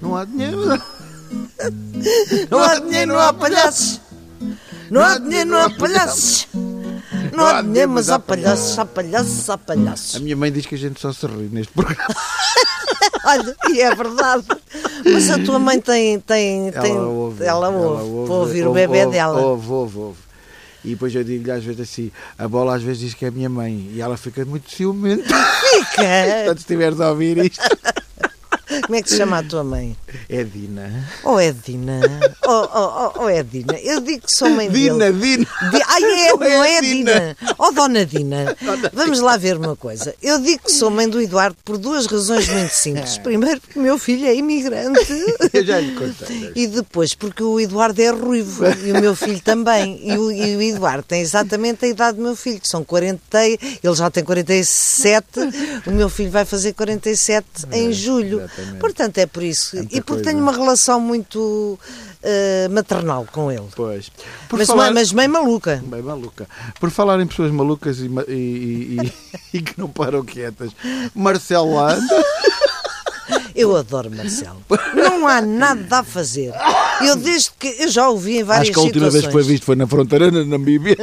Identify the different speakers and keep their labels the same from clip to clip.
Speaker 1: Não há dinheiro.
Speaker 2: Não há dinheiro, não há palhaços. Não há dinheiro, não há palhaços. Não há dinheiro, mas há palhaços, há palhaços, há
Speaker 1: A
Speaker 2: palhaços.
Speaker 1: minha mãe diz que a gente só se ri neste programa.
Speaker 2: Olha, e é verdade. Mas a tua mãe tem. tem, tem
Speaker 1: Ela ouve.
Speaker 2: ela ouve. Para ouvir o bebê
Speaker 1: ouve,
Speaker 2: dela.
Speaker 1: Ouve, ouve, ouve. E depois eu digo-lhe às vezes assim, a bola às vezes diz que é a minha mãe e ela fica muito ciumenta.
Speaker 2: Fica!
Speaker 1: Portanto, se estiveres a ouvir isto,
Speaker 2: Como é que se chama a tua mãe?
Speaker 1: é Dina.
Speaker 2: Ou é Dina? Ou oh, oh, oh, é Dina? Eu digo que sou mãe dele.
Speaker 1: Dina, Dina.
Speaker 2: Di- Ai, é,
Speaker 1: Não
Speaker 2: não
Speaker 1: é
Speaker 2: é,
Speaker 1: a Dina.
Speaker 2: Dina. Oh, Dona Dina, vamos lá ver uma coisa. Eu digo que sou mãe do Eduardo por duas razões muito simples. Primeiro, porque o meu filho é imigrante.
Speaker 1: Eu já lhe contei.
Speaker 2: E depois, porque o Eduardo é ruivo e o meu filho também. E o, e o Eduardo tem exatamente a idade do meu filho, que são 40, e- ele já tem 47, o meu filho vai fazer 47 em julho.
Speaker 1: É, exatamente.
Speaker 2: Portanto, é por isso.
Speaker 1: É muita
Speaker 2: e porque
Speaker 1: coisa.
Speaker 2: tenho uma relação muito eh, maternal com ele.
Speaker 1: Pois. Por
Speaker 2: Mas,
Speaker 1: falar-
Speaker 2: mãe, mas mãe maluca.
Speaker 1: Bem maluca. Por falar em pessoas malucas e, ma- e- e- e- e que não param quietas, Marcelo Landa,
Speaker 2: Eu adoro Marcelo. Não há nada a fazer. Eu desde que eu já ouvi em várias
Speaker 1: acho que a última vez que foi
Speaker 2: situações.
Speaker 1: visto foi na fronteira, na Namíbia,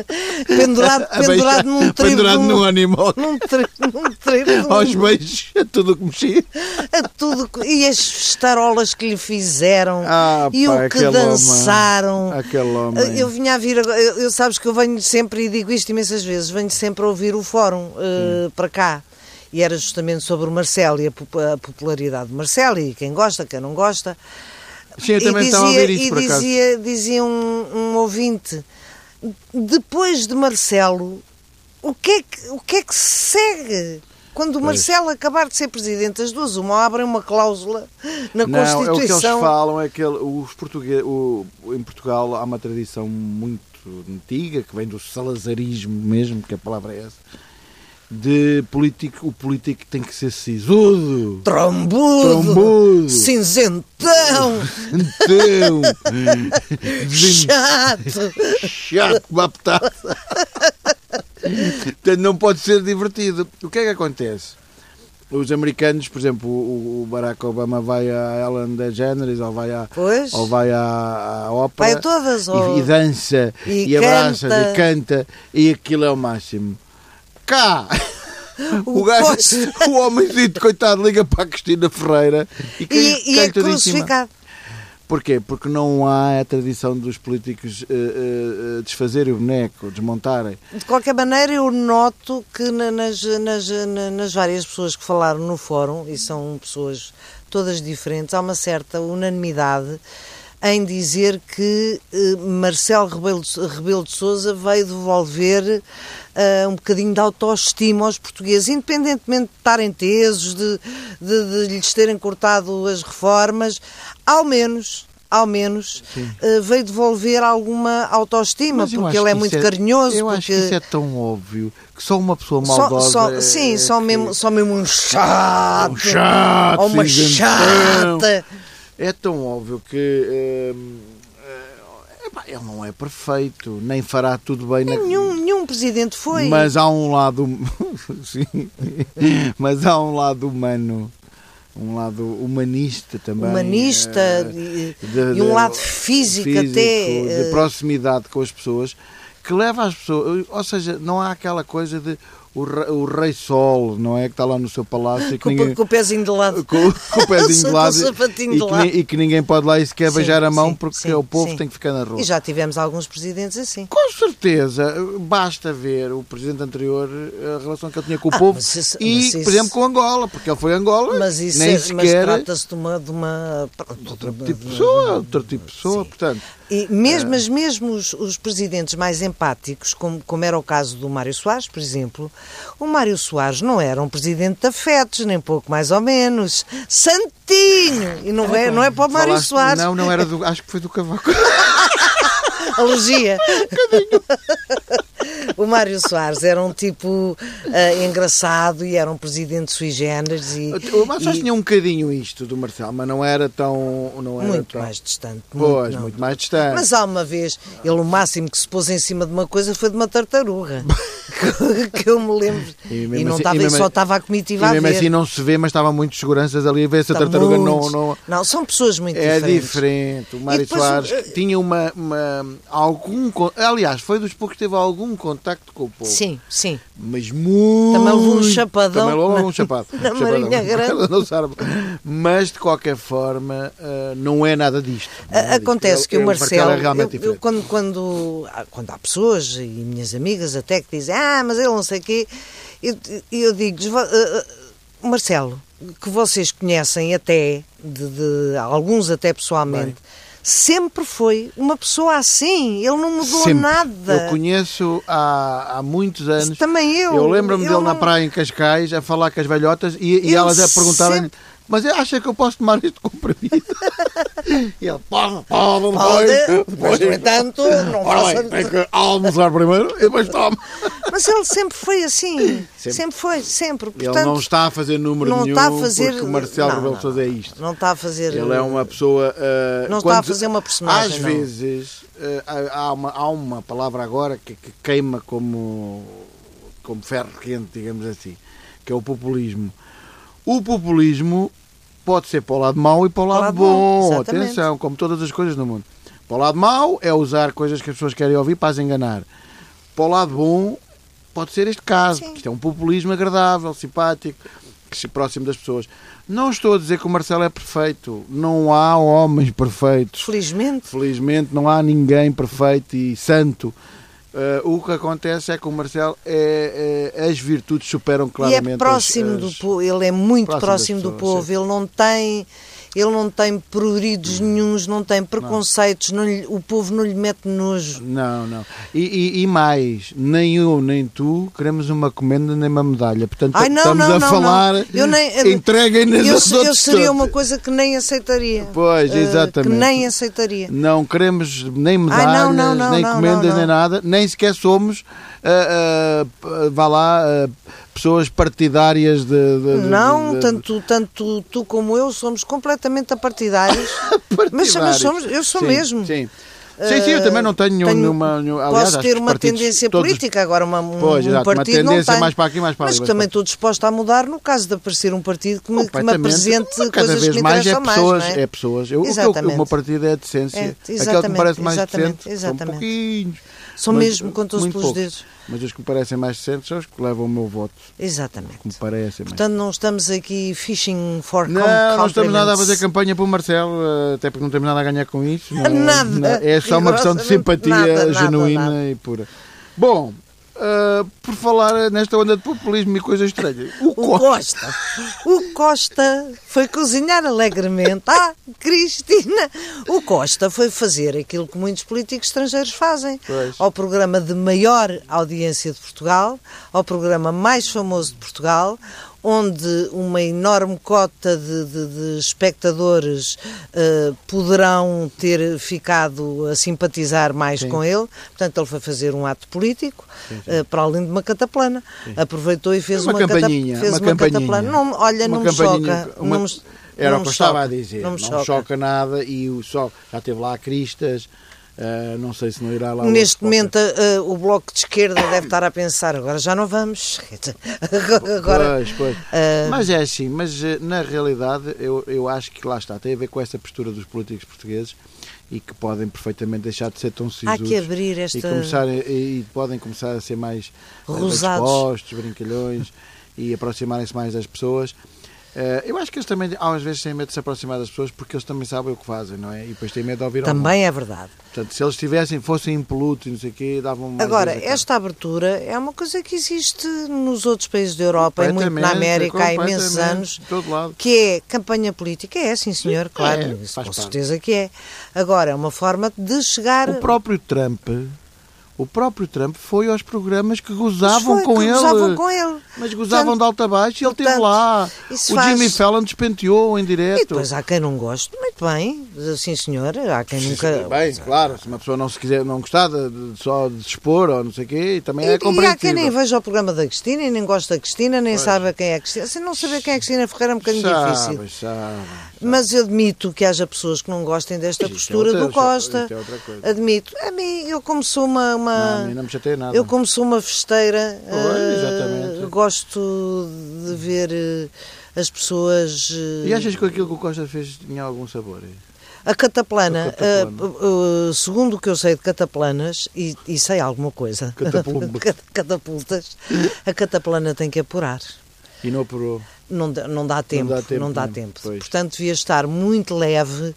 Speaker 2: Pendurado,
Speaker 1: a beijar-
Speaker 2: pendurado num tribo.
Speaker 1: pendurado
Speaker 2: de um-
Speaker 1: num animal,
Speaker 2: Num tri- num tribo. de um-
Speaker 1: aos beijos, a tudo o que mexia.
Speaker 2: a tudo que- e as festarolas que lhe fizeram
Speaker 1: Ah,
Speaker 2: e
Speaker 1: pá,
Speaker 2: o que
Speaker 1: aquele homem.
Speaker 2: dançaram.
Speaker 1: Aquele homem.
Speaker 2: Eu vinha a vir, agora- eu, eu- sabes que eu venho sempre e digo isto imensas vezes, venho sempre a ouvir o fórum eh, para cá. E era justamente sobre o Marcelo e a, pop- a popularidade do Marcelo e quem gosta, quem não gosta.
Speaker 1: Sim, eu também
Speaker 2: e
Speaker 1: estava a
Speaker 2: dizia,
Speaker 1: ouvir isto
Speaker 2: e
Speaker 1: por acaso.
Speaker 2: dizia, dizia um, um ouvinte, depois de Marcelo, o que é que, o que, é que se segue? Quando o Marcelo acabar de ser presidente, as duas, uma abrem uma cláusula na
Speaker 1: Não, é o que eles
Speaker 2: Constituição.
Speaker 1: falam, é que ele- os portugueses, o, em Portugal há uma tradição muito antiga, que vem do salazarismo mesmo, que a palavra é essa, de político, o político tem que ser sisudo.
Speaker 2: Trombudo,
Speaker 1: Trombudo.
Speaker 2: cinzentão,
Speaker 1: Então,
Speaker 2: chato.
Speaker 1: chato como a petaça. Portanto, não pode ser divertido. O que é que acontece? Os americanos, por exemplo, o o Barack Obama vai à Ellen DeGeneres ou vai à,
Speaker 2: Pois.
Speaker 1: ou vai à, à ópera
Speaker 2: Vai a todas,
Speaker 1: e,
Speaker 2: ou-
Speaker 1: e dança
Speaker 2: e
Speaker 1: e, abraça
Speaker 2: canta.
Speaker 1: e canta e aquilo é o máximo. Cá! O,
Speaker 2: O
Speaker 1: gajo,
Speaker 2: Costa.
Speaker 1: o homenzito, coitado, liga para a Cristina Ferreira e,
Speaker 2: E, e é
Speaker 1: canta de em cima.
Speaker 2: crucificado.
Speaker 1: Porquê? Porque não há a tradição dos políticos eh, eh, eh, desfazerem o boneco, desmontarem.
Speaker 2: De qualquer maneira, eu noto que na- nas, nas- na- nas várias pessoas que falaram no fórum, e são pessoas todas diferentes, há uma certa unanimidade em dizer que eh, Marcelo Rebelo de, Rebelo de Sousa veio devolver eh, um bocadinho de autoestima aos portugueses, independentemente de estarem tesos, de, de- de lhes terem cortado as reformas, ao menos... Ao menos eh, veio devolver alguma autoestima,
Speaker 1: eu
Speaker 2: porque
Speaker 1: acho
Speaker 2: ele é
Speaker 1: que
Speaker 2: muito
Speaker 1: isso
Speaker 2: carinhoso.
Speaker 1: Eu acho que
Speaker 2: porque-
Speaker 1: isso é tão óbvio que só uma pessoa
Speaker 2: só,
Speaker 1: maldosa.
Speaker 2: só-
Speaker 1: é-
Speaker 2: sim,
Speaker 1: é
Speaker 2: só,
Speaker 1: que-
Speaker 2: mesmo, só mesmo um chato.
Speaker 1: Um chato,
Speaker 2: Ou uma
Speaker 1: cinzentão.
Speaker 2: chata.
Speaker 1: É tão óbvio que. hum, eh, epá, ele não é perfeito, nem fará tudo bem na,
Speaker 2: Nenhum, nenhum presidente foi.
Speaker 1: Mas há um lado. Sim. Mas há um lado humano. Um lado humanista também.
Speaker 2: Humanista
Speaker 1: eh,
Speaker 2: e- e um lado físico até,
Speaker 1: De
Speaker 2: eh.
Speaker 1: proximidade com as pessoas. Que leva as pessoas. Ou seja, não há aquela coisa de. O rei, o rei Sol, não é? Que está lá no seu palácio e que
Speaker 2: com, o-
Speaker 1: ninguém.
Speaker 2: com o pezinho de lado.
Speaker 1: Com, com o pezinho de
Speaker 2: Com o
Speaker 1: lado,
Speaker 2: sapatinho
Speaker 1: e,
Speaker 2: de
Speaker 1: que,
Speaker 2: lado.
Speaker 1: ni- e que ninguém pode lá e sequer
Speaker 2: Sim,
Speaker 1: beijar a mão
Speaker 2: sim,
Speaker 1: porque
Speaker 2: sim,
Speaker 1: o povo
Speaker 2: sim.
Speaker 1: tem que ficar na rua.
Speaker 2: E já tivemos alguns presidentes assim.
Speaker 1: Com certeza, basta ver o presidente anterior, a relação que ele tinha com o
Speaker 2: Ah,
Speaker 1: povo
Speaker 2: mas isso-
Speaker 1: e,
Speaker 2: mas isso-
Speaker 1: por exemplo, com Angola, porque ele foi a Angola,
Speaker 2: Mas isso
Speaker 1: nem
Speaker 2: é- mas
Speaker 1: sequer
Speaker 2: trata-se de uma. De uma de
Speaker 1: outro
Speaker 2: uma-
Speaker 1: tipo de pessoa, outro tipo de pessoa, portanto,
Speaker 2: E mesmo, mas mesmo os, os presidentes mais empáticos, como, como era o caso do Mário Soares, por exemplo, o Mário Soares não era um presidente de afetos, nem pouco mais ou menos. Santinho! E não é, não é para o Mário
Speaker 1: falaste-
Speaker 2: Soares.
Speaker 1: Não, não era do, acho que foi do Cavaco.
Speaker 2: Alergia. O Mário Soares era um tipo ah, engraçado e era um presidente sui generis e,
Speaker 1: O Marcelo
Speaker 2: e
Speaker 1: tinha um bocadinho isto do Marcelo, mas não era tão. Não era
Speaker 2: muito
Speaker 1: tão-
Speaker 2: mais distante.
Speaker 1: Pois, muito,
Speaker 2: não.
Speaker 1: mais distante.
Speaker 2: Mas há uma vez, ele o máximo que se pôs em cima de uma coisa foi de uma tartaruga. que eu me lembro.
Speaker 1: E
Speaker 2: E,
Speaker 1: mesmo
Speaker 2: não
Speaker 1: assim-
Speaker 2: estava,
Speaker 1: e
Speaker 2: e
Speaker 1: mesmo-
Speaker 2: só estava a
Speaker 1: E
Speaker 2: comitiva a
Speaker 1: mesmo
Speaker 2: ver.
Speaker 1: assim não se vê, mas estavam muitos seguranças ali a ver se a
Speaker 2: Está
Speaker 1: tartaruga não,
Speaker 2: muito-
Speaker 1: não.
Speaker 2: Não, são pessoas muito
Speaker 1: É
Speaker 2: diferentes.
Speaker 1: diferente. O Mário
Speaker 2: depois o- eh,
Speaker 1: Soares tinha uma, uma- algum. con- Aliás, foi dos poucos que teve algum contacto com o povo.
Speaker 2: Sim, sim.
Speaker 1: Mas muito.
Speaker 2: Também levou um chapadão
Speaker 1: Também levou um
Speaker 2: na-
Speaker 1: chapado.
Speaker 2: na Marinha Grande.
Speaker 1: Não sabe. Mas, de qualquer forma, ah, não é nada disto. Não é
Speaker 2: A-
Speaker 1: nada disto.
Speaker 2: Acontece
Speaker 1: Eu-
Speaker 2: que o
Speaker 1: eu-
Speaker 2: Marcelo,
Speaker 1: é realmente
Speaker 2: eu- eu
Speaker 1: diferente.
Speaker 2: quando, quando, há- quando há pessoas, e minhas amigas até, que dizem, ah, mas ele não sei o quê, eu, eu digo-lhes, "Vo- eh, eh, Marcelo, que vocês conhecem até, de, de- alguns até pessoalmente,
Speaker 1: Bem.
Speaker 2: sempre foi uma pessoa assim, ele não mudou
Speaker 1: Sempre.
Speaker 2: nada.
Speaker 1: Eu conheço há, há muitos anos.
Speaker 2: Também eu.
Speaker 1: Eu lembro-me dele na
Speaker 2: não-
Speaker 1: praia em Cascais a falar com as velhotas e, e
Speaker 2: Ele
Speaker 1: elas a perguntarem
Speaker 2: sempre-
Speaker 1: mas acha que eu posso tomar este comprimido? e ele, pode, pode, não
Speaker 2: Pode,
Speaker 1: pode,
Speaker 2: mas no entanto, não
Speaker 1: Ora bem,
Speaker 2: faça
Speaker 1: tem que almoçar primeiro e depois toma.
Speaker 2: Mas ele sempre foi assim.
Speaker 1: Sempre.
Speaker 2: Sempre, foi, sempre. Portanto,
Speaker 1: ele não está a fazer número
Speaker 2: não
Speaker 1: nenhum
Speaker 2: está a fazer-
Speaker 1: porque o Marcelo
Speaker 2: não,
Speaker 1: Rebelo
Speaker 2: não,
Speaker 1: de Sousa é isto.
Speaker 2: não está a fazer.
Speaker 1: Ele é uma pessoa... ah,
Speaker 2: eh, Não está a fazer uma personagem,
Speaker 1: Às
Speaker 2: não.
Speaker 1: vezes, ah, há- há, uma, há uma palavra agora que, que queima como, como ferro quente, digamos assim, que é o populismo. O populismo pode ser para o lado mau e para o lado,
Speaker 2: lado
Speaker 1: bom.
Speaker 2: mau, exatamente.
Speaker 1: Atenção, como todas as coisas no mundo. Para o lado mau é usar coisas que as pessoas querem ouvir para as enganar. Para o lado bom pode ser este caso.
Speaker 2: Sim.
Speaker 1: porque Isto é um populismo agradável, simpático, que se próximo das pessoas. Não estou a dizer que o Marcelo é perfeito. Não há homens perfeitos.
Speaker 2: Felizmente. é
Speaker 1: Felizmente não há ninguém perfeito e santo. Eh, o que acontece é que o Marcelo é, é- as virtudes superam claramente
Speaker 2: e é
Speaker 1: as-
Speaker 2: próximo do
Speaker 1: as-
Speaker 2: povo, ele é muito
Speaker 1: próximo
Speaker 2: próximo,
Speaker 1: das
Speaker 2: do
Speaker 1: pessoas,
Speaker 2: povo, ele não tem ele não tem pruridos
Speaker 1: Hum.
Speaker 2: nenhuns, não tem preconceitos, não lhe- o povo não lhe mete nojo.
Speaker 1: Não, não. E, e- e mais, nem eu nem tu queremos uma comenda nem uma medalha. Portanto,
Speaker 2: Ai, não,
Speaker 1: estamos
Speaker 2: não,
Speaker 1: a
Speaker 2: não,
Speaker 1: falar.
Speaker 2: não. Eu nem-
Speaker 1: Entreguem-nos
Speaker 2: Eu,
Speaker 1: aos
Speaker 2: se- eu
Speaker 1: outros
Speaker 2: seria
Speaker 1: todos.
Speaker 2: uma coisa que nem aceitaria.
Speaker 1: Pois,
Speaker 2: Eh,
Speaker 1: exatamente.
Speaker 2: que nem aceitaria.
Speaker 1: Não queremos nem medalhas,
Speaker 2: Ai, Ah, não, não, não,
Speaker 1: nem
Speaker 2: não,
Speaker 1: comendas,
Speaker 2: não, não.
Speaker 1: nem nada, nem sequer somos, ah, ah, vá lá, ah, pessoas partidárias de. de- de-
Speaker 2: Não,
Speaker 1: de-
Speaker 2: tanto, tanto tu como eu somos completamente apartidários. Mas- mas somos- eu sou
Speaker 1: Sim,
Speaker 2: mesmo.
Speaker 1: Sim. Sim, sim, eu também não tenho, nenhuma. nenhum- aliás,
Speaker 2: posso
Speaker 1: acho
Speaker 2: ter
Speaker 1: que os
Speaker 2: uma
Speaker 1: partidos
Speaker 2: tendência
Speaker 1: todos-
Speaker 2: política, agora uma, um,
Speaker 1: Pois,
Speaker 2: um
Speaker 1: exato, uma
Speaker 2: partido não
Speaker 1: tendência
Speaker 2: tem.
Speaker 1: mais para aqui, mais para
Speaker 2: mas
Speaker 1: ali,
Speaker 2: que
Speaker 1: mas
Speaker 2: também estou disposta a mudar no caso de aparecer um partido que me, que me
Speaker 1: Completamente.
Speaker 2: apresente
Speaker 1: Cada
Speaker 2: coisas
Speaker 1: vez
Speaker 2: que me
Speaker 1: mais é
Speaker 2: interessam
Speaker 1: pessoas,
Speaker 2: mais, não é?
Speaker 1: é pessoas. Eu, o que eu-
Speaker 2: Exatamente.
Speaker 1: o meu partido é a decência.
Speaker 2: É,
Speaker 1: Aquele que me
Speaker 2: exatamente,
Speaker 1: parece mais
Speaker 2: exatamente,
Speaker 1: decente são
Speaker 2: exatamente.
Speaker 1: pouquinhos.
Speaker 2: São
Speaker 1: mas,
Speaker 2: mesmo contou-se
Speaker 1: muito
Speaker 2: pelos
Speaker 1: poucos.
Speaker 2: dedos.
Speaker 1: Mas os que me parecem mais decentes são os que levam o meu voto, que me
Speaker 2: Exatamente.
Speaker 1: parecem mais
Speaker 2: Portanto, não estamos aqui fishing for com-
Speaker 1: Não, não estamos nada a fazer
Speaker 2: compliments.
Speaker 1: campanha para o Marcelo, eh, até porque não temos nada a ganhar com isso. Não-
Speaker 2: Nada,
Speaker 1: não- é só uma questão de
Speaker 2: rigorosamente
Speaker 1: simpatia
Speaker 2: nada, nada,
Speaker 1: genuína
Speaker 2: nada.
Speaker 1: e pura. Bom, eh, por falar nesta onda de populismo e coisas estranhas, o
Speaker 2: O
Speaker 1: Costa.
Speaker 2: Costa. O Costa foi cozinhar alegremente. Ah, Cristina! O Costa foi fazer aquilo que muitos políticos estrangeiros fazem.
Speaker 1: Pois.
Speaker 2: Ao programa de maior audiência de Portugal, ao programa mais famoso de Portugal, onde uma enorme cota de, de- de espectadores eh, poderão ter ficado a simpatizar mais com ele. Portanto, ele foi fazer um ato político, eh, para além de uma cataplana. Aproveitou e fez fez
Speaker 1: Uma
Speaker 2: uma, cata-
Speaker 1: campainha,
Speaker 2: fez
Speaker 1: uma
Speaker 2: uma,
Speaker 1: campainha.
Speaker 2: cataplana. Não, olha,
Speaker 1: Uma
Speaker 2: não me
Speaker 1: campainhinha,
Speaker 2: choca.
Speaker 1: uma-
Speaker 2: não me-
Speaker 1: Era
Speaker 2: não
Speaker 1: o que
Speaker 2: me
Speaker 1: eu estava
Speaker 2: choca,
Speaker 1: a dizer.
Speaker 2: Não me
Speaker 1: choca.
Speaker 2: choca.
Speaker 1: nada e o sol já teve lá a Cristas, eh, não sei se não irá lá.
Speaker 2: Neste
Speaker 1: outro qualquer.
Speaker 2: momento, a- a- o Bloco de Esquerda deve estar a pensar, agora já não vamos. agora,
Speaker 1: Pois, pois.
Speaker 2: ah,
Speaker 1: Mas é assim, mas eh, na realidade eu, eu acho que lá está, tem a ver com essa postura dos políticos portugueses e que podem perfeitamente deixar de ser tão
Speaker 2: há
Speaker 1: sisudos.
Speaker 2: que abrir esta...
Speaker 1: e, começar, e, e podem começar a ser mais eh, bem
Speaker 2: Rosados.
Speaker 1: dispostos, brincalhões e aproximarem-se mais das pessoas. Eh, eu acho que eles também, às vezes, têm medo de se aproximar das pessoas porque eles também sabem o que fazem, não é? E depois têm medo de ouvir ao mundo.
Speaker 2: Também é verdade.
Speaker 1: Portanto, se eles tivessem, fossem impolutos e não sei o quê, davam mais
Speaker 2: Agora,
Speaker 1: vezes a cara.
Speaker 2: esta abertura é uma coisa que existe nos outros países da Europa e muito na
Speaker 1: Completamente,
Speaker 2: América há imensos
Speaker 1: completamente,
Speaker 2: anos.
Speaker 1: de todo lado.
Speaker 2: Que é campanha política, é sim senhor, claro,
Speaker 1: é,
Speaker 2: isso
Speaker 1: faz
Speaker 2: com
Speaker 1: parte.
Speaker 2: certeza que é. Agora, é uma forma de chegar
Speaker 1: O próprio Trump, O próprio Trump foi aos programas que gozavam,
Speaker 2: Mas foi,
Speaker 1: com,
Speaker 2: que
Speaker 1: ele,
Speaker 2: gozavam com ele.
Speaker 1: Mas gozavam
Speaker 2: Portanto,
Speaker 1: de alta a baixo e ele esteve
Speaker 2: portanto,
Speaker 1: lá. O
Speaker 2: isso faz-
Speaker 1: Jimmy Fallon despenteou em direto.
Speaker 2: E depois há quem não goste, muito bem, sim senhor, há quem nunca.
Speaker 1: Bem, claro, se uma pessoa não se quiser, não gostar de, de- só de se expor ou não sei o quê, também é
Speaker 2: E, e há quem nem
Speaker 1: compreensível.
Speaker 2: veja o programa da Cristina e nem gosta da Cristina, nem sabe quem é a Cristina. Se não saber quem é a Cristina Ferreira é um bocadinho difícil.
Speaker 1: Sabes, sabes.
Speaker 2: Mas eu admito que haja pessoas que não gostem desta
Speaker 1: Isso é
Speaker 2: postura
Speaker 1: outra-
Speaker 2: do Costa.
Speaker 1: isso é outra coisa.
Speaker 2: admito. A mim, eu como sou uma. uma-
Speaker 1: Não, a mim não me chateia nada.
Speaker 2: Ah, Eu como sou uma festeira,
Speaker 1: Pois,
Speaker 2: eh,
Speaker 1: exatamente.
Speaker 2: gosto de ver eh, as pessoas. eh,
Speaker 1: E achas que aquilo que o Costa fez tinha algum sabor? hein?
Speaker 2: A
Speaker 1: A
Speaker 2: cataplana,
Speaker 1: cataplana.
Speaker 2: eh, eh, segundo o que eu sei de cataplanas, e, e sei alguma coisa,
Speaker 1: Catapulba.
Speaker 2: Cat- catapultas, a cataplana tem que apurar.
Speaker 1: E não apurou.
Speaker 2: Não dá, não dá tempo, não
Speaker 1: dá
Speaker 2: dá
Speaker 1: tempo,
Speaker 2: tempo.
Speaker 1: não. Pois.
Speaker 2: Portanto, devia estar muito leve.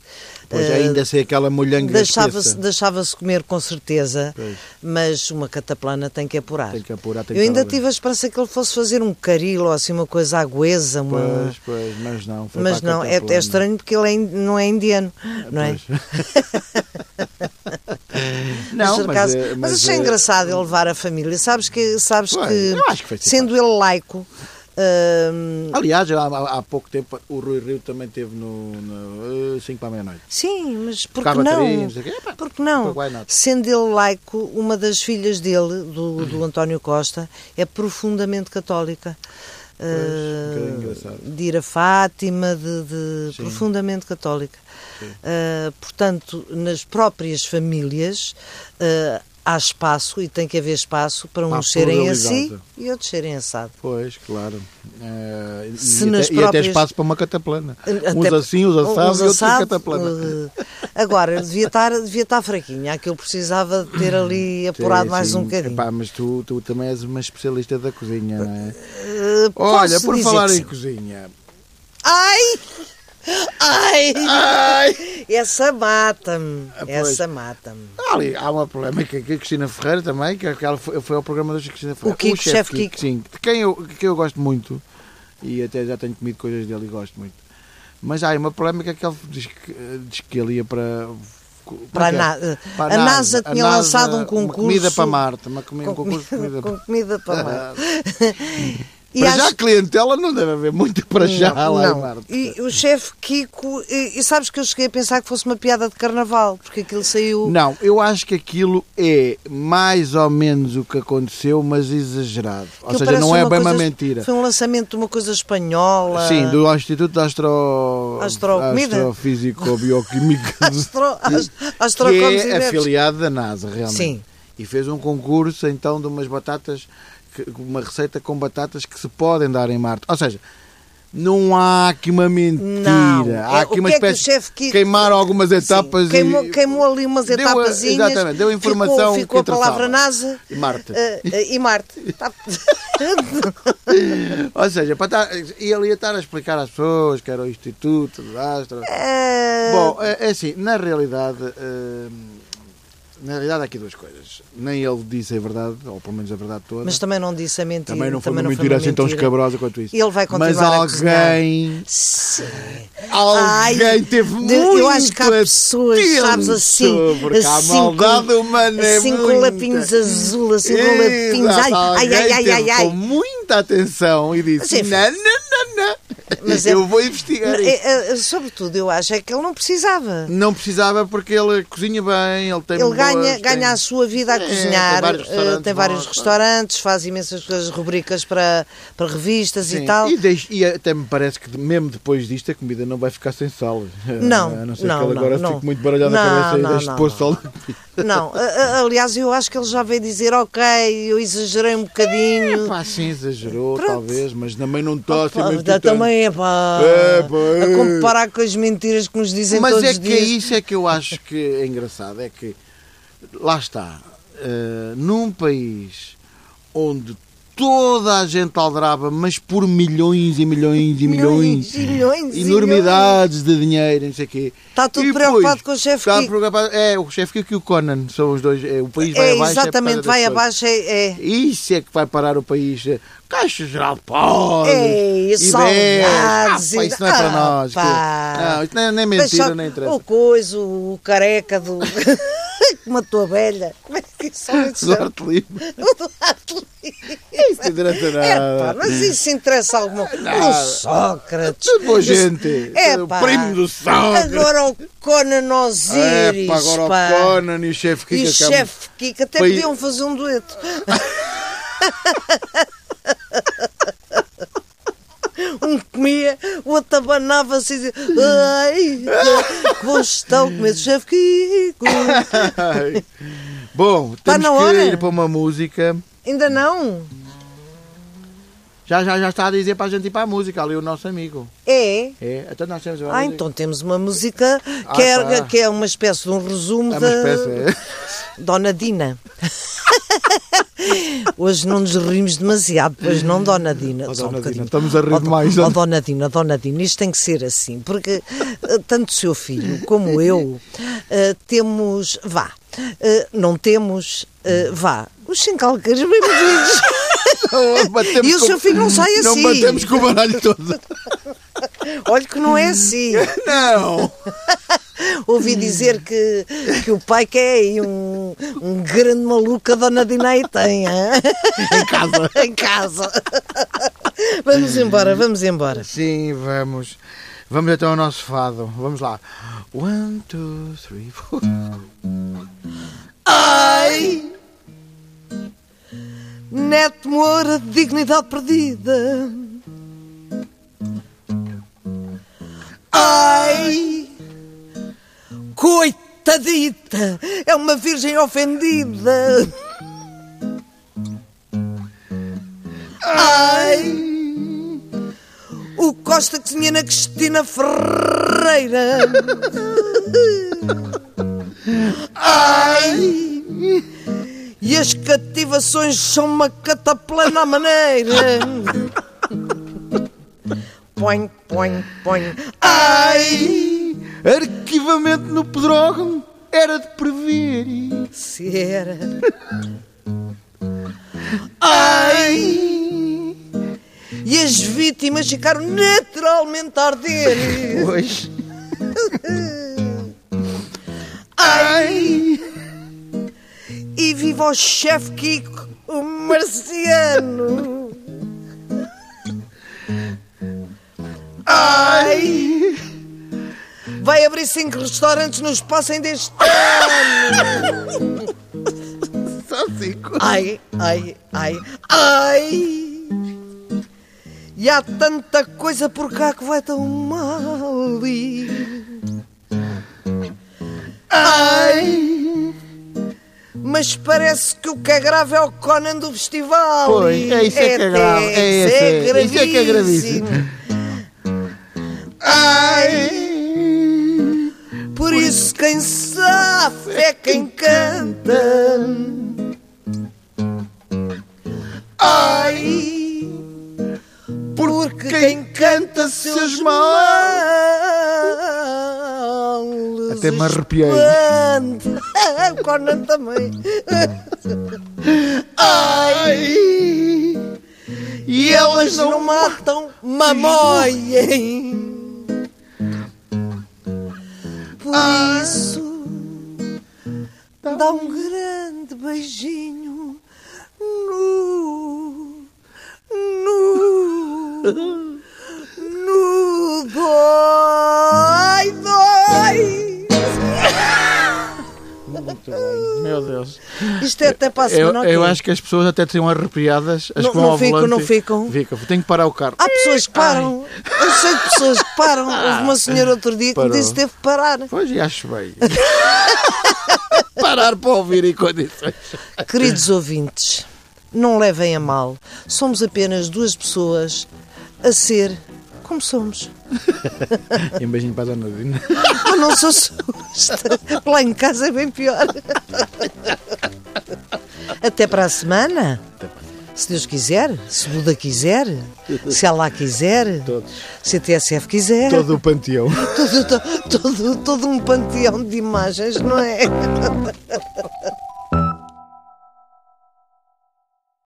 Speaker 1: Pois
Speaker 2: eh,
Speaker 1: ainda sei aquela molhanga
Speaker 2: Deixava-se
Speaker 1: espessa.
Speaker 2: deixava-se comer com certeza,
Speaker 1: Pois.
Speaker 2: mas uma cataplana tem que apurar.
Speaker 1: Tem que apurar, tem
Speaker 2: Eu
Speaker 1: que
Speaker 2: ainda
Speaker 1: estar ali.
Speaker 2: tive a esperança que ele fosse fazer um caril ou assim uma coisa aguesa, uma...
Speaker 1: Pois, pois, mas não. Foi
Speaker 2: mas
Speaker 1: para a
Speaker 2: não, é, é
Speaker 1: Cataplana.
Speaker 2: estranho porque ele é in- não é indiano, não é?
Speaker 1: Pois. não,
Speaker 2: mas, por
Speaker 1: mas,
Speaker 2: acaso-
Speaker 1: é-
Speaker 2: mas achei
Speaker 1: é-
Speaker 2: engraçado ele levar a família. Sabes que, sabes
Speaker 1: Pois,
Speaker 2: que,
Speaker 1: eu acho que foi
Speaker 2: sendo ele laico, hum,
Speaker 1: Aliás, há, há- há pouco tempo o Rui Rio também teve no 5 para a meia-noite.
Speaker 2: sim, mas porque
Speaker 1: Tocava
Speaker 2: não?
Speaker 1: trinos, não sei o quê. Epá,
Speaker 2: Porque não?
Speaker 1: Why not?
Speaker 2: Sendo ele laico, uma das filhas dele, do, do António Costa, é profundamente católica. Ah,
Speaker 1: um bocadinho engraçado.
Speaker 2: de ir a Fátima, de, de- profundamente católica. Ah, portanto, nas próprias famílias ah, há espaço e tem que haver espaço para
Speaker 1: Há
Speaker 2: uns serem assim
Speaker 1: pluralidade.
Speaker 2: e outros serem assado.
Speaker 1: Pois, claro. Eh, e,
Speaker 2: Se
Speaker 1: até,
Speaker 2: nas
Speaker 1: e até
Speaker 2: próprias- Eh,
Speaker 1: espaço para uma cataplana.
Speaker 2: Até- um,
Speaker 1: uns assim, uns assados e outros sem
Speaker 2: assado,
Speaker 1: cataplana.
Speaker 2: eh, agora, ele devia estar, devia estar fraquinho. Aquilo precisava de ter ali apurado
Speaker 1: Sim,
Speaker 2: mais
Speaker 1: sim.
Speaker 2: um bocadinho.
Speaker 1: Epá, mas tu, tu também és uma especialista da cozinha, não é?
Speaker 2: Eh,
Speaker 1: Olha,
Speaker 2: posso
Speaker 1: por
Speaker 2: dizer
Speaker 1: falar
Speaker 2: que
Speaker 1: em
Speaker 2: sim.
Speaker 1: cozinha.
Speaker 2: Ai! Ai!
Speaker 1: Ai!
Speaker 2: Essa mata-me.
Speaker 1: Ah, pois.
Speaker 2: Essa mata-me.
Speaker 1: Há Ali, há uma polémica que a Cristina Ferreira também, que ela foi, foi ao programa da Cristina Ferreira.
Speaker 2: O Kiko,
Speaker 1: chefe
Speaker 2: chefe Kiko.
Speaker 1: Sim, de quem eu, de quem eu gosto muito, e até já tenho comido coisas dele e gosto muito. Mas há aí uma polémica que ele diz que, diz que ele ia para. como
Speaker 2: Para
Speaker 1: é que é?
Speaker 2: a Na-
Speaker 1: Para
Speaker 2: a NASA tinha lançado um
Speaker 1: Uma comida
Speaker 2: concurso-
Speaker 1: para Marte, uma comi- um
Speaker 2: com,
Speaker 1: concurso de
Speaker 2: comida,
Speaker 1: comida
Speaker 2: com
Speaker 1: para.
Speaker 2: comida para lá. E
Speaker 1: para
Speaker 2: acho-
Speaker 1: já a clientela não deve haver muito para já
Speaker 2: Não,
Speaker 1: lá
Speaker 2: não.
Speaker 1: em Marte.
Speaker 2: E o chefe Kiko, e, e sabes que eu cheguei a pensar que fosse uma piada de carnaval, porque aquilo saiu.
Speaker 1: Não, eu acho que aquilo é mais ou menos o que aconteceu, mas exagerado. Ou
Speaker 2: aquilo
Speaker 1: seja,
Speaker 2: parece
Speaker 1: não é
Speaker 2: uma
Speaker 1: bem uma
Speaker 2: coisa-
Speaker 1: mentira.
Speaker 2: Foi um lançamento de uma coisa espanhola.
Speaker 1: Sim, do Instituto de Astro...
Speaker 2: Astrocomida?
Speaker 1: Astrofísico Bioquímica
Speaker 2: Astro, as,
Speaker 1: que
Speaker 2: astrocomes
Speaker 1: é afiliado da NASA, realmente.
Speaker 2: Sim.
Speaker 1: E fez um concurso então de umas batatas, que- uma receita com batatas que se podem dar em Marte. Ou seja, não há aqui uma mentira.
Speaker 2: Não. É,
Speaker 1: Há
Speaker 2: o
Speaker 1: aqui
Speaker 2: que
Speaker 1: uma
Speaker 2: é que o
Speaker 1: espécie
Speaker 2: chefe Kiko-
Speaker 1: queimar algumas
Speaker 2: Sim,
Speaker 1: etapas
Speaker 2: queimou,
Speaker 1: e
Speaker 2: queimou ali umas
Speaker 1: Deu a-
Speaker 2: etapas
Speaker 1: exatamente, deu a informação
Speaker 2: ficou, ficou
Speaker 1: que
Speaker 2: a palavra
Speaker 1: interessava.
Speaker 2: NASA
Speaker 1: E Marte.
Speaker 2: eh, eh, e Marte Tá-
Speaker 1: Ou seja, para estar, e ele ia estar a explicar às pessoas que era o Instituto de Astro.
Speaker 2: Eh,
Speaker 1: Bom, é, é assim, na realidade, hum, na realidade há aqui duas coisas. Nem ele disse a verdade, ou pelo menos a verdade toda.
Speaker 2: mas também não disse a mentira
Speaker 1: também não foi uma mentira assim tão escabrosa quanto isso.
Speaker 2: Ele vai continuar
Speaker 1: Mas
Speaker 2: a
Speaker 1: alguém,
Speaker 2: Sim.
Speaker 1: alguém
Speaker 2: Ai,
Speaker 1: teve
Speaker 2: de-
Speaker 1: muito
Speaker 2: eu acho que há pessoas,
Speaker 1: atento
Speaker 2: sabes, assim,
Speaker 1: Porque a
Speaker 2: assim,
Speaker 1: maldade
Speaker 2: com-
Speaker 1: humana é
Speaker 2: assim com
Speaker 1: muita.
Speaker 2: lapinhos azul, assim com lapinhos. Ai,
Speaker 1: Exato,
Speaker 2: ai, ai,
Speaker 1: alguém
Speaker 2: ai, ai,
Speaker 1: teve
Speaker 2: ai.
Speaker 1: Com muita atenção e
Speaker 2: Mas
Speaker 1: disse:
Speaker 2: enfim.
Speaker 1: não, não, não, não.
Speaker 2: Mas é-
Speaker 1: eu vou investigar isso.
Speaker 2: Eh, eh, Sobretudo, eu acho é que ele não precisava.
Speaker 1: Não precisava porque ele cozinha bem, ele tem
Speaker 2: Ele
Speaker 1: boas,
Speaker 2: ganha,
Speaker 1: tem-
Speaker 2: ganha a sua vida a
Speaker 1: É, tem
Speaker 2: cozinhar, eh,
Speaker 1: vários
Speaker 2: tem vários,
Speaker 1: restaurantes bons,
Speaker 2: restaurantes, faz imensas coisas, rubricas para, para revistas
Speaker 1: Sim,
Speaker 2: e tal.
Speaker 1: E, deixa- e até me parece que mesmo depois disto a comida não vai ficar sem sal.
Speaker 2: Não,
Speaker 1: A não ser
Speaker 2: não,
Speaker 1: que ele
Speaker 2: não,
Speaker 1: agora
Speaker 2: não.
Speaker 1: fique muito baralhado na
Speaker 2: Não,
Speaker 1: cabeça
Speaker 2: não,
Speaker 1: e deixe de
Speaker 2: não,
Speaker 1: pôr
Speaker 2: não.
Speaker 1: sal na comida.
Speaker 2: Não, a- a- aliás, eu acho que ele já veio dizer, ok, eu exagerei um bocadinho.
Speaker 1: Pá, sim, exagerou
Speaker 2: Pronto.
Speaker 1: talvez, mas também não tosse
Speaker 2: Pá,
Speaker 1: mesmo
Speaker 2: dá
Speaker 1: tanto.
Speaker 2: também é pá,
Speaker 1: É, pá, é.
Speaker 2: a comparar com as mentiras que nos dizem
Speaker 1: Mas
Speaker 2: todos
Speaker 1: é
Speaker 2: os
Speaker 1: que é
Speaker 2: dias.
Speaker 1: isso é que eu acho que é engraçado, é que lá está, eh, num país onde toda a gente aldraba, mas por milhões e milhões e milhões,
Speaker 2: e milhões e
Speaker 1: enormidades de dinheiro, não sei o quê.
Speaker 2: Está tudo
Speaker 1: E
Speaker 2: preocupado
Speaker 1: depois,
Speaker 2: com o chefe
Speaker 1: está
Speaker 2: Kiko.
Speaker 1: preocupado- É, o chefe Kiko e o Conan são os dois. É, o país vai
Speaker 2: é,
Speaker 1: abaixo. é por
Speaker 2: exatamente,
Speaker 1: causa
Speaker 2: vai
Speaker 1: dessas coisas.
Speaker 2: abaixo, é, é.
Speaker 1: Isso é que vai parar o país. Caixa Geral de Pobres.
Speaker 2: Ei,
Speaker 1: IBES.
Speaker 2: saudades,
Speaker 1: Ah, pá, isso não é para
Speaker 2: ah,
Speaker 1: nós. que-
Speaker 2: pá.
Speaker 1: Não, isso não é nem mentira,
Speaker 2: Deixa-
Speaker 1: nem interessa.
Speaker 2: O coiso, o careca do. que matou a velha. Como é que isso é que se chama?
Speaker 1: Duarte Lima.
Speaker 2: O Duarte Lima.
Speaker 1: Isso não interessa
Speaker 2: É pá,
Speaker 1: nada.
Speaker 2: mas isso interessa alguma
Speaker 1: Ah. Nada.
Speaker 2: O Sócrates.
Speaker 1: Tudo boa gente.
Speaker 2: É
Speaker 1: o
Speaker 2: pá.
Speaker 1: primo do Sócrates.
Speaker 2: Agora o Conan Osiris.
Speaker 1: é, pá, agora
Speaker 2: pá.
Speaker 1: o Conan e o chefe
Speaker 2: E
Speaker 1: Kika
Speaker 2: o chefe Kika até
Speaker 1: é Foi-
Speaker 2: podiam fazer um dueto. Um comia, o outro abanava-se e dizia: Ai, que bom estão comer o chefe Kiko.
Speaker 1: Ai. Bom, temos
Speaker 2: na
Speaker 1: que
Speaker 2: hora?
Speaker 1: ir para uma música.
Speaker 2: Ainda não?
Speaker 1: Já, já, já está a dizer para a gente ir para a música, ali o nosso amigo.
Speaker 2: É?
Speaker 1: É, então nós temos uma
Speaker 2: Ah,
Speaker 1: música.
Speaker 2: então temos uma música
Speaker 1: Ah,
Speaker 2: que, é,
Speaker 1: tá.
Speaker 2: que é uma espécie de um resumo
Speaker 1: É uma
Speaker 2: da
Speaker 1: espécie.
Speaker 2: Dona Dina. Hoje não nos rimos demasiado, pois não, Dona Dina.
Speaker 1: Ó, Dona
Speaker 2: Só um
Speaker 1: Dina,
Speaker 2: bocadinho.
Speaker 1: estamos a rir
Speaker 2: Ó, do-
Speaker 1: mais,
Speaker 2: Ó,
Speaker 1: Dona-
Speaker 2: Dona Dina, Dona Dina, isto tem que ser assim, porque eh, tanto o seu filho como eu eh, temos. Vá, eh, não temos. eh, vá, os chincalqueiros bem medidos.
Speaker 1: Não batemos
Speaker 2: E o
Speaker 1: com-
Speaker 2: seu filho não sai assim.
Speaker 1: Não batemos com o baralho todo.
Speaker 2: Olha que não é assim.
Speaker 1: Não!
Speaker 2: Ouvi dizer que, que o pai que é aí um, um grande maluco a Dona Dina aí tem. hã?
Speaker 1: Em casa.
Speaker 2: em casa. Vamos embora, vamos embora.
Speaker 1: Sim, vamos. Vamos então ao nosso fado. Vamos lá. One, two, three, four.
Speaker 2: Ai! Neto Moura, dignidade perdida. Ai! Coitadita! É uma virgem ofendida. Ai! O Costa cozinha na Cristina Ferreira. Ai! E as cativações são uma cataplana à maneira. Põe, põe, põe. Ai!
Speaker 1: Arquivamento no pedrógão era de prever.
Speaker 2: Cera.
Speaker 1: Ai!
Speaker 2: E as vítimas ficaram naturalmente a arder.
Speaker 1: Pois. Ai!
Speaker 2: E viva o chefe Kiko, o marciano.
Speaker 1: Ai!
Speaker 2: Vai abrir cinco restaurantes no espaço ainda este ano.
Speaker 1: Só cinco.
Speaker 2: Ai, ai, ai, ai! E há tanta coisa por cá que vai tão mal. e-
Speaker 1: Ai!
Speaker 2: Mas parece que o que é grave é o Conan do festival.
Speaker 1: Pois,
Speaker 2: e-
Speaker 1: é isso é que é grave,
Speaker 2: até-
Speaker 1: é
Speaker 2: isso é
Speaker 1: esse, isso é que é gravíssimo. Ai!
Speaker 2: Por isso quem sabe é quem canta.
Speaker 1: Ai!
Speaker 2: Porque
Speaker 1: Quem
Speaker 2: quem
Speaker 1: canta seus
Speaker 2: seus
Speaker 1: males?
Speaker 2: males
Speaker 1: Até me arrepiei.
Speaker 2: espanta. O Conan também.
Speaker 1: Ai! E elas
Speaker 2: Mas não
Speaker 1: não.
Speaker 2: matam mamóiem. Por isso, dá um grande beijinho no. no. no. dói, dói.
Speaker 1: Muito bem, meu Deus.
Speaker 2: Isto é até para a
Speaker 1: Eu,
Speaker 2: semana,
Speaker 1: eu
Speaker 2: ok?
Speaker 1: acho que as pessoas até estão arrepiadas. As
Speaker 2: Não-
Speaker 1: que vão
Speaker 2: não
Speaker 1: ao
Speaker 2: ficam,
Speaker 1: volante-
Speaker 2: não ficam? Ah.
Speaker 1: Ficam. Tenho que parar o carro.
Speaker 2: Há pessoas que param. Eu sei de pessoas que param. Houve uma senhora outro dia que
Speaker 1: Ah. Parou.
Speaker 2: me disse que teve que parar.
Speaker 1: Pois, e acho bem. Parar para ouvir em condições.
Speaker 2: Queridos ouvintes, não levem a mal. Somos apenas duas pessoas a ser como somos.
Speaker 1: E um beijinho para a dona Dina.
Speaker 2: Mas não sou susta. Lá em casa é bem pior. Até para a semana. Se Deus quiser, se Buda quiser, se Allah quiser,
Speaker 1: Todos.
Speaker 2: se a TSF quiser,
Speaker 1: Todo o panteão.
Speaker 2: todo, todo, todo um panteão de imagens, não é?